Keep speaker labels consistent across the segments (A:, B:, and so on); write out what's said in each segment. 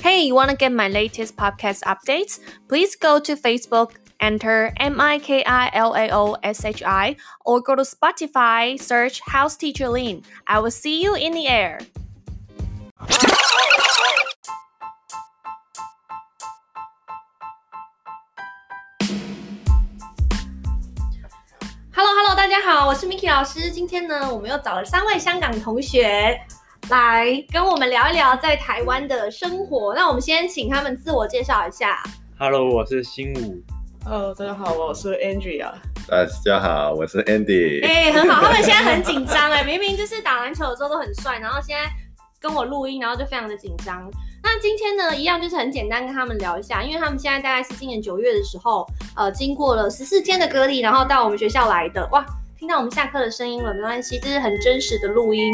A: Hey, you want to get my latest podcast updates? Please go to Facebook, enter M I K I L A O S H I, or go to Spotify, search House Teacher Lin. I will see you in the air. Hello Hello，大家好，我是 Miki 老师。今天呢，我们又找了三位香港同学来跟我们聊一聊在台湾的生活。那我们先请他们自我介绍一下。
B: Hello，我是新武。
C: Hello，大家好，我是 Andrea。
D: 大家好，我是 Andy。
A: 哎、很好，他们现在很紧张哎，明明就是打篮球的时候都很帅，然后现在跟我录音，然后就非常的紧张。那今天呢，一样就是很简单跟他们聊一下，因为他们现在大概是今年九月的时候，呃，经过了十四天的隔离，然后到我们学校来的。哇，听到我们下课的声音了，没关系，这是很真实的录音。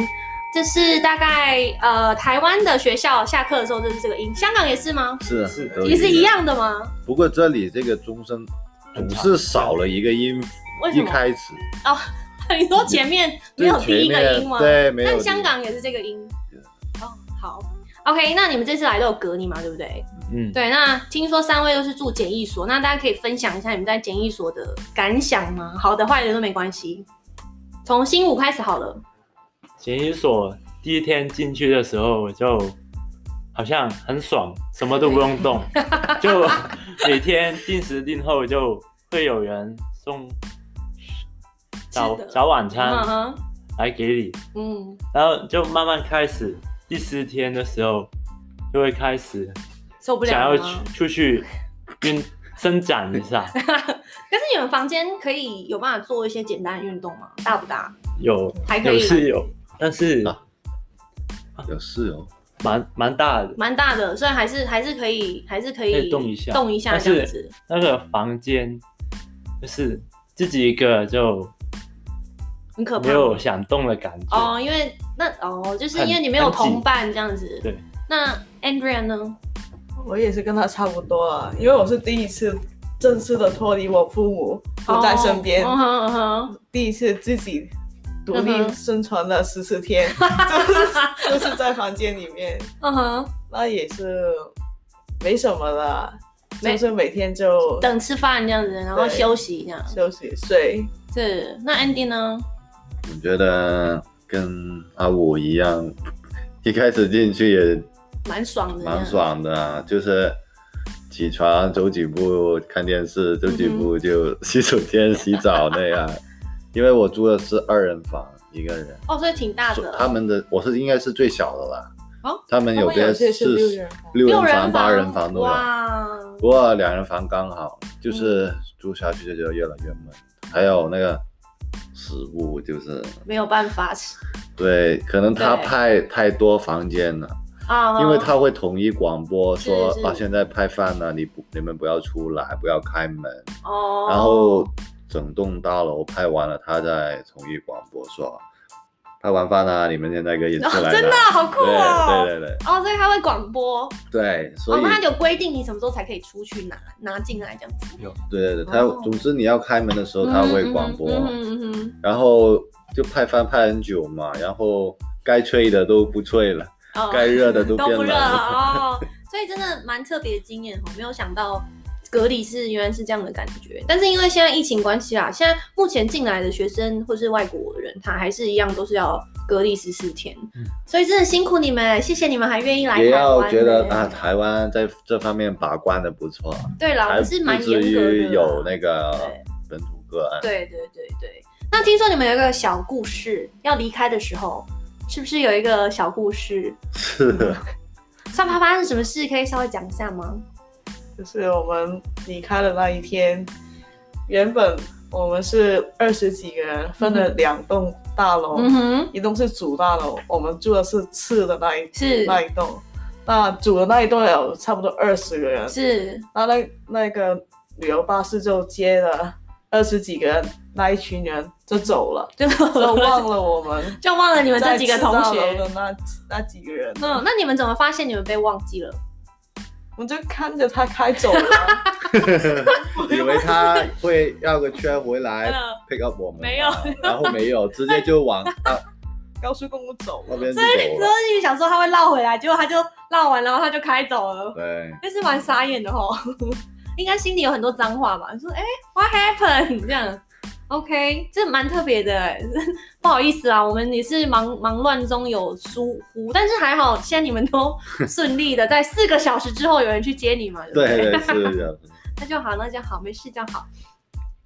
A: 这是大概呃台湾的学校下课的时候就是这个音，香港也是吗？
D: 是啊
B: 是
D: 都
A: 也是一样的吗？
D: 不过这里这个钟声总是少了一个音符，
A: 为什
D: 一
A: 么？
D: 开始
A: 你说前面没有第
D: 最
A: 一
D: 前
A: 个
D: 面
A: 音吗？
D: 对，没有第
A: 但
D: 一。
A: 香港也是这个音。哦，好，OK，那你们这次来都有隔离嘛，对不对？
B: 嗯，
A: 对，那听说三位都是住检疫所，那大家可以分享一下你们在检疫所的感想吗？好的、坏的都没关系。从新五开始好了，
B: 检疫所第一天进去的时候，我就好像很爽，什么都不用 动，就每天定时定候就会有人送早
A: 吃的
B: 早晚
A: 嗯
B: 餐
A: 哼，
B: 来给你，
A: 嗯，
B: 然后就慢慢开始。第四天的时候，就会开始
A: 受不
B: 想
A: 了啊
B: 要
A: 了
B: 出
A: 吗？
B: 出去运伸展一下，
A: 但是你们房间可以有办法做一些简单的运动吗？大不大？
B: 有
A: 还可
B: 有
A: 以，
B: 是有，但是
D: 啊有事哦，
B: 蛮蛮大的。
A: 蛮大的，所以还是还是可以，还是可
B: 可
A: 以
B: 以动一下
A: 动一下
B: 但是
A: 这样子。
B: 那个房间就是自己一个就
A: 很可怕
B: 没有想动的感觉。
A: 哦，因为那哦，就是
B: 很
A: 因为你没有同伴这样子。
B: 对。
A: 那 Andrea 呢？
C: 我也是跟他差不多啊，因为我是第一次正式的脱离我父母不在身边，
A: 哦嗯哼嗯哼
C: 第一次自己独
A: 嗯
C: 立
A: 哼
C: 生存了十 四天，就是就是在房间里面，
A: 嗯哼，
C: 那也是没什么啦，
A: 没
C: 就是每天就
A: 等吃饭这样子，然后
C: 对
A: 休息这样。
C: 休息睡。
A: 是。那 Andy 呢？
D: 我觉得跟阿五一样，一开始进去也
A: 蛮爽的。
D: 蛮。爽的啊，就是起床走几步看电视，走几步就洗手间洗澡那样。因为我住的是二人房，一个人，
A: 哦，所以挺大的。
D: 他们的我是应该是最小的了。
A: 哦
D: 他们有
C: 他们有
D: 个
C: 些是六
D: 四
C: 人房
D: 六人
A: 六
D: 房、八人房
A: 房
D: 都有。
A: 哇。嗯
D: 不过两人房刚好，就是住下去就越来越闷，还有那个食物就是
A: 没有办法吃
D: 对，可能他
A: 对
D: 派太多房间了，
A: 啊，
D: 因为他会统一广播
A: 是
D: 说
A: 是
D: 啊现在派饭了，你不你们不要出来，不要开门，
A: 哦，
D: 然后整栋大楼派完了，他再统一广播说派完饭了，你们现在可以出
A: 哦
D: 来了，
A: 真的好酷哦。
D: 对对对对
A: 哦，所以他会广播，
D: 对，所
A: 哦，
D: 以
A: 那他有规定你什么时候才可以出去拿拿进来这样子。
D: 对对对，他
A: 哦
D: 总之你要开门的时候他会广
A: 嗯
D: 播。
A: 哼嗯哼嗯哼
D: 然后就派饭派很久嘛，然后该吹的都不吹了，
A: 哦
D: 该热的都
A: 都
D: 变
A: 不
D: 冷
A: 热
D: 了。
A: 哦，所以真的蛮特别的经验哦，没有想到隔离是原来是这样的感觉。但是因为现在疫情关系啊，现在目前进来的学生或是外国人，他还是一样都是要隔离十四天，
B: 嗯
A: 所以真的辛苦你们，谢谢你们还愿意来
D: 也
A: 台湾
D: 要
A: 呢。
D: 觉得啊，台湾在这方面把关的不错，
A: 对啦，我
D: 还
A: 哦们是蛮
D: 不至
A: 严格的
D: 于
A: 啦，
D: 有那个
A: 对
D: 本土个案。
A: 对对对对。那听说你们有一个小故事，要离开的时候，是不是有一个小故事？
D: 是的，
A: 上发发生什么事，可以稍微讲一下吗？
C: 就是我们离开的那一天，原本我们是二十几个人分了两栋大楼，
A: 嗯哼，
C: 一栋是主大楼，我们住的是次的那一
A: 是
C: 那一栋。那主的那一栋有差不多二十个人，
A: 是，
C: 那那那个旅游巴士就接了二十几个人，那一群人就 走了，
A: 就
C: 就忘了我们
A: 就忘了你们这
C: 在
A: 几个
C: 次
A: 同
C: 大楼
A: 学
C: 的。那那几个人，
A: 嗯，那你们怎么发现你们被忘记了？
C: 我就看着他开走了，
D: 以为他会绕个圈回来
A: 嗯
D: pick up 我们嘛，啊
A: 没有
D: 然后没有，直接就往啊
C: 高速公路走
D: 那
C: 了。
D: 边就
A: 我
D: 走了。
A: 就想说他会绕回来，结果他就绕完，然后他就开走了，
D: 对，
A: 但是蛮傻眼的哦吼。 应该心里有很多脏话吧？说哎、w h a t happened？这样，OK，这蛮特别的欸。 不好意思啊，我们也是忙忙乱中有疏忽，但是还好，现在你们都顺利的，在四个小时之后有人去接你嘛？对不
D: 对
A: 对
D: 对是的，
A: 那就好，那就好，没事就好。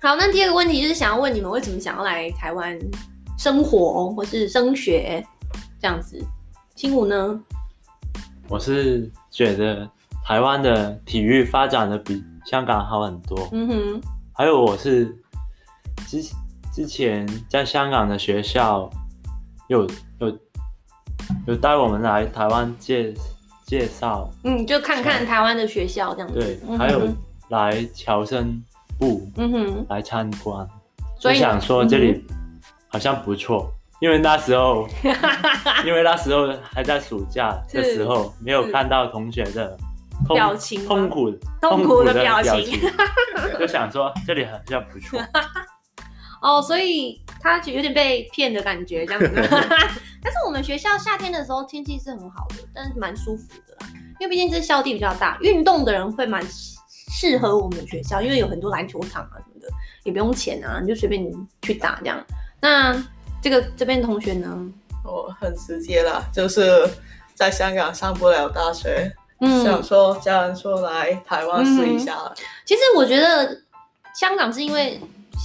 A: 好，那第二个问题就是想要问你们为什么想要来台湾生活或是升学这样子？新武呢？
B: 我是觉得台湾的体育发展的比香港好很多，
A: 嗯哼，
B: 还有我是之之前在香港的学校有有有带我们来台湾介介绍，
A: 嗯，就看看台湾的学校这样子。
B: 对
A: 嗯，哼
B: 还有来侨生部
A: 嗯哼，
B: 来参观，
A: 所
B: 就
A: 以嗯
B: 想说这里好像不错，因为那时 候因为那时候还在暑假的时候，没有看到同学的痛
A: 表情吗
B: 痛苦
A: 痛苦
B: 苦
A: 的
B: 的
A: 表情
B: 表情，就想说这里好像 不错。
A: 哦，所以他就有点被骗的感觉这样子。 但是我们学校夏天的时候天气是很好的，但是蛮舒服的啦，因为毕竟这校地比较大，运动的人会蛮适合我们学校，因为有很多篮球场啊什么的，也不用钱啊，你就随便你去打这样。那这个这边同学呢？
C: 我很直接啦，就是在香港上不了大学，想
A: 嗯，
C: 说家人说来台湾试一下啦。
A: 其实我觉得香港是因为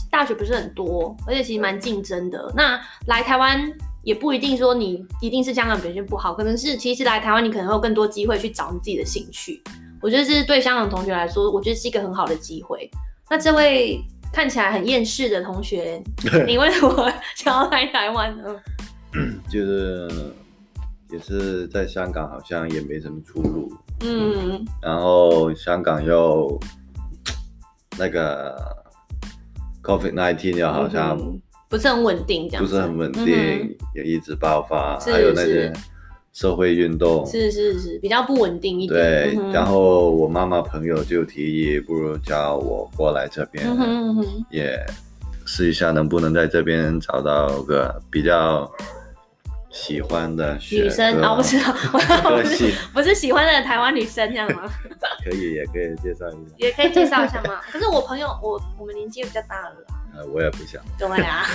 A: 大学不是很多，而且其实蛮竞争的。那来台湾也不一定说你一定是香港表现不好，可能是其实来台湾你可能会有更多机会去找你自己的兴趣。我觉得这是对香港同学来说，我觉得是一个很好的机会。那这位看起来很厌世的同学， 你为什么想要来台湾呢？
D: 就是也是在香港好像也没什么出路，
A: 嗯
D: 然后香港又那个 COVID 19又好像
C: 嗯
A: 不是很稳定，这样
D: 不
A: 子
D: 是很稳定，
A: 嗯
D: 也一直爆发，
A: 是
D: 还有那
A: 是
D: 些社会运动。
A: 是是是，比较不稳定一点。
D: 对
A: 嗯，哼
D: 然后我妈妈朋友就提议，不如叫我过来这边，
A: 嗯哼嗯哼
D: 也试一下能不能在这边找到个比较喜欢的学
A: 女生
D: 科
A: 啊，不 是，我
D: 科
A: 不是
D: 系，
A: 不是喜欢的台湾女生这样吗？
D: 可以也可以介绍一下。
A: 也可以介绍一下吗？可是我朋友，我我们年纪比较大了啦，
D: 呃，我也不想。
A: 对啊。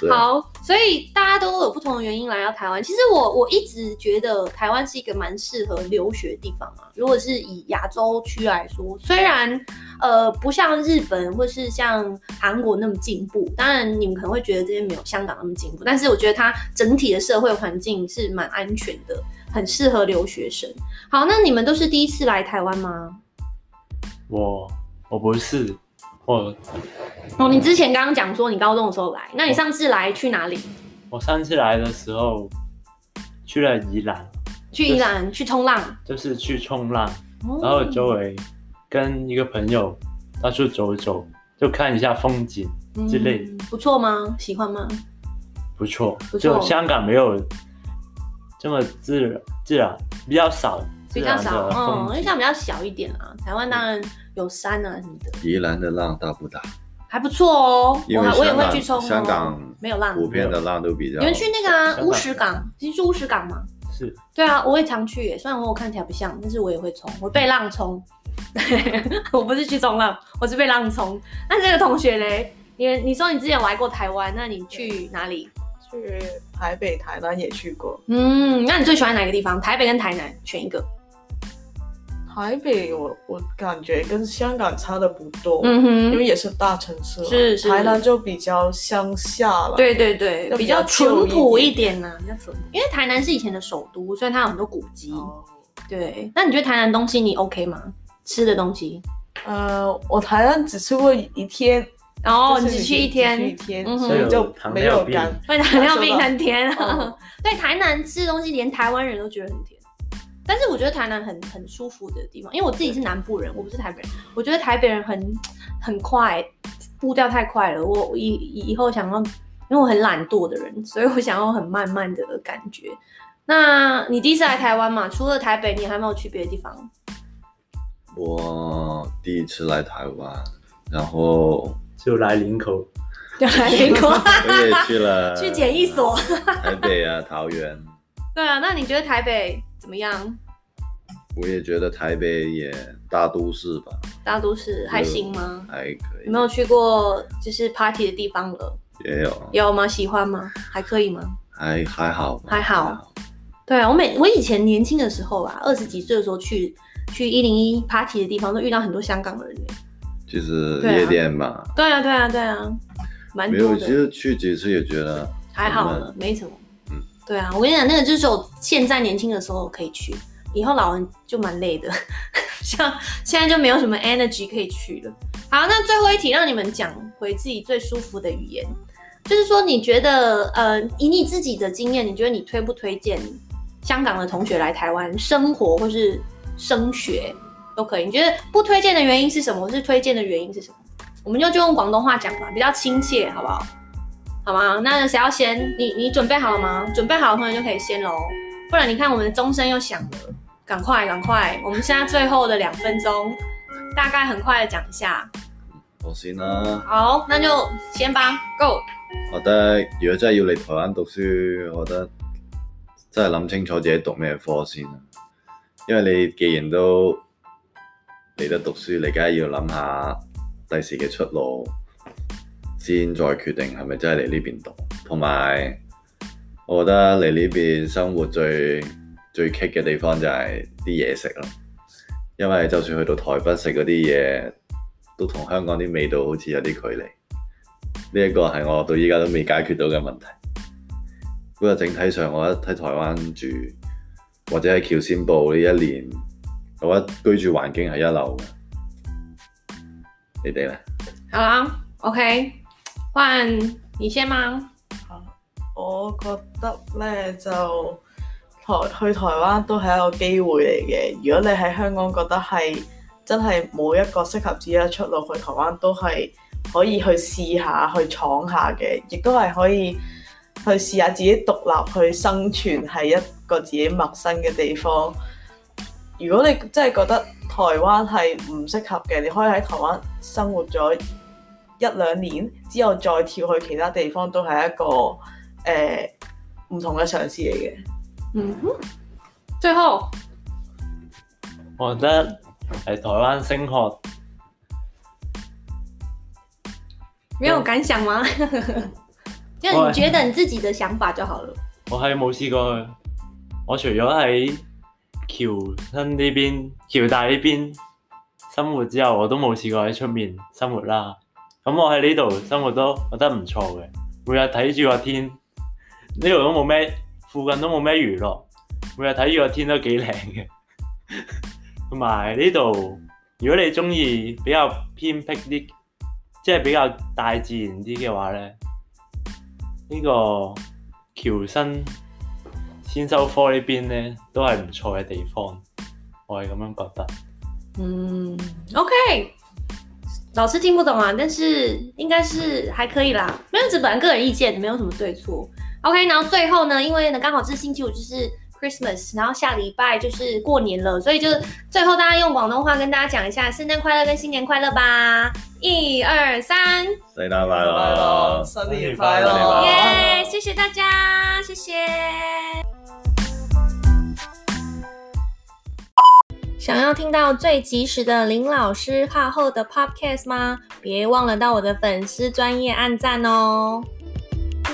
D: 对，
A: 好，所以大家都有不同的原因来到台湾。其实我我一直觉得台湾是一个蛮适合留学的地方啊。如果是以亚洲区来说，虽然呃不像日本或是像韩国那么进步，当然你们可能会觉得这边没有香港那么进步，但是我觉得它整体的社会环境是蛮安全的，很适合留学生。好，那你们都是第一次来台湾吗？
B: 我我不是，我
A: 哦，你之前刚刚讲说你高中的时候来，那你上次来去哪里？
B: 我上次来的时候去了宜兰，
A: 去宜兰，去冲浪，
B: 就是去冲浪，
A: 哦
B: 然后周围跟一个朋友到处走走，就看一下风景之类，
A: 嗯不错吗？喜欢吗？
B: 不错。
A: 不错
B: 就香港没有这么自然自然，比较少自
A: 比较
B: 然
A: 少，嗯，
B: 的啊风
A: 因为
B: 景。嗯
A: 像比较小一点啊。台湾当然有山啊什么的，
D: 宜兰的浪大不大？
A: 还不错哦。
D: 因
A: 我
D: 为
A: 还我也
D: 香
A: 会去
D: 港，
A: 冲哦。
D: 香港
A: 没有浪，
D: 普遍的浪都比较。
A: 你们去那个啊
B: 香港
A: 乌石港，你去乌石港吗？
B: 是
A: 对啊，我也常去耶。虽然我看起来不像，但是我也会冲，我被浪冲。 我不是去冲浪，我是被浪冲。那这个同学嘞，你你说你之前有来过台湾，那你去哪里？
C: 去台北、台南也去过。
A: 嗯，那你最喜欢哪个地方？台北跟台南选一个。
C: 台北我我感觉跟香港差的不多，
A: 嗯哼，
C: 因为也是大城市嘛，
A: 是是
C: 台南就比较乡下了，，
A: 对对对，
C: 就
A: 比
C: 比
A: 较
C: 较
A: 淳
C: 淳
A: 朴
C: 朴
A: 一
C: 一啊
A: 点呢、比较淳朴。因为台南是以前的首都，所以它有很多古迹。
C: 哦、
A: 对，那你觉得台南东西你 OK 吗？吃的东西？
C: 呃，我台南只吃过一天，
A: 哦，
C: 就
A: 你
C: 是
A: 只去一
C: 只去一
A: 天，
C: 天，
A: 嗯哼
C: 所以就没有 感。
A: 会糖尿病很甜啊
C: 哦。
A: 对，台南吃的东西连台湾人都觉得很甜。但是我觉得台南很很舒服的地方，因为我自己是南部人，我不是台北人。我觉得台北人很很快，步调太快了。我我以以以后想要，因为我很懒惰的人，所以我想要很慢慢的感觉。那你第一次来台湾嘛？除了台北，你还没有去别的地方？
D: 我第一次来台湾，然后
B: 就来林口，
A: 对，来美国
D: 我也去了，
A: 去检疫所。
D: 台北啊，桃园，
A: 对啊，那你觉得台北怎么样？
D: 我也觉得台北也大都市吧，
A: 大都市还行吗？
D: 还可以。
A: 有没有去过就是 party 的地方了？
D: 也有，
A: 有吗？喜欢吗？还可以吗？
D: 还还好吧，
A: 还好对啊，我每我以前年轻的时候啊，二十几岁的时候去去一零一 party 的地方，都遇到很多香港人耶。
D: 就是
A: 对啊
D: 夜店吧。
A: 对啊，对啊，对啊，蛮
D: 没
A: 多
D: 有，其
A: 的，
D: 实去几次也觉得
A: 还好
D: 很
A: 了，没什么。
D: 嗯
A: 对啊，我跟你讲，那个就是只有现在年轻的时候可以去，以后老人就蛮累的， 像现在就没有什么 energy 可以去了。好，那最后一题让你们讲回自己最舒服的语言，就是说你觉得，呃，以你自己的经验，你觉得你推不推荐香港的同学来台湾生活或是升学都可以？你觉得不推荐的原因是什么？或是推荐的原因是什么？我们就就用广东话讲吧，比较亲切，好不好？好吗？那谁要先？你你准备好了吗？准备好的朋友就可以先喽，不然你看我们的钟声又响了，赶快赶快！我们现在最后的两分钟，大概很快的讲一下。
D: 我先啦。
A: 好，那就先吧，Go！
D: 我覺得如果真係要嚟台灣讀書，我覺得真係諗清楚自己讀咩科先啦。因為你既然都嚟得讀書，你梗係要諗下第時嘅出路，先再決定係咪真係嚟呢邊讀。同埋，我覺得嚟呢邊生活最最棘嘅地方就係啲嘢食咯，因為就算去到台北食嗰啲嘢，都同香港啲味道好似有啲距離。呢一個係我到依家都未解決到嘅問題。不過整體上，我覺得喺台灣住或者喺喬仙布呢一年，我覺得居住環境係一流嘅。你哋呢？
A: 好啦，OK，换你先吗？
C: 我覺得咧就台去台灣都係一個機會嚟嘅。如果你喺香港覺得係真係冇一個適合自己嘅出路，去台灣都係可以去試下、去闖下嘅，亦都係可以去試下自己獨立去生存喺一個自己陌生嘅地方。如果你真係覺得台灣係唔適合嘅，你可以喺台灣生活咗一兩年之後，再跳去其他地方都係一個。誒呃唔、同嘅嘗試嚟嘅。
A: 嗯哼，最后嗯
B: 我覺得哎喺台灣升學
A: 没有感想吗？ 就你觉得你自己的想法就好了。
B: 我係冇試過去。我除咗喺橋新呢邊、橋大呢邊生活之後，我都冇試過喺出面生活啦。咁我喺呢度生活都覺得唔錯嘅，每日睇住個天，呢度都冇咩，附近都冇咩娛樂，每日睇住個天都幾靚嘅。同埋呢度，如果你中意比較偏僻啲，即係比較大自然啲嘅話咧，呢、個橋新先修科呢邊咧都係唔錯嘅地方，我係咁樣覺得。
A: 嗯，OK，老师听不懂啊，但是应该是还可以啦。没有，只本人个人意见，没有什么对错。OK，然后最后呢，因为呢刚好这星期五就是 Christmas，然后下礼拜就是过年了，所以就最后大家用广东话跟大家讲一下圣诞快乐跟新年快乐吧。一二三，耶、
D: 洗打快樂！
C: 新年快樂！
D: 新年快樂
A: 谢谢大家，谢谢。想要听到最及时的林老师话后的 Podcast 吗？别忘了到我的粉丝专业按赞哦。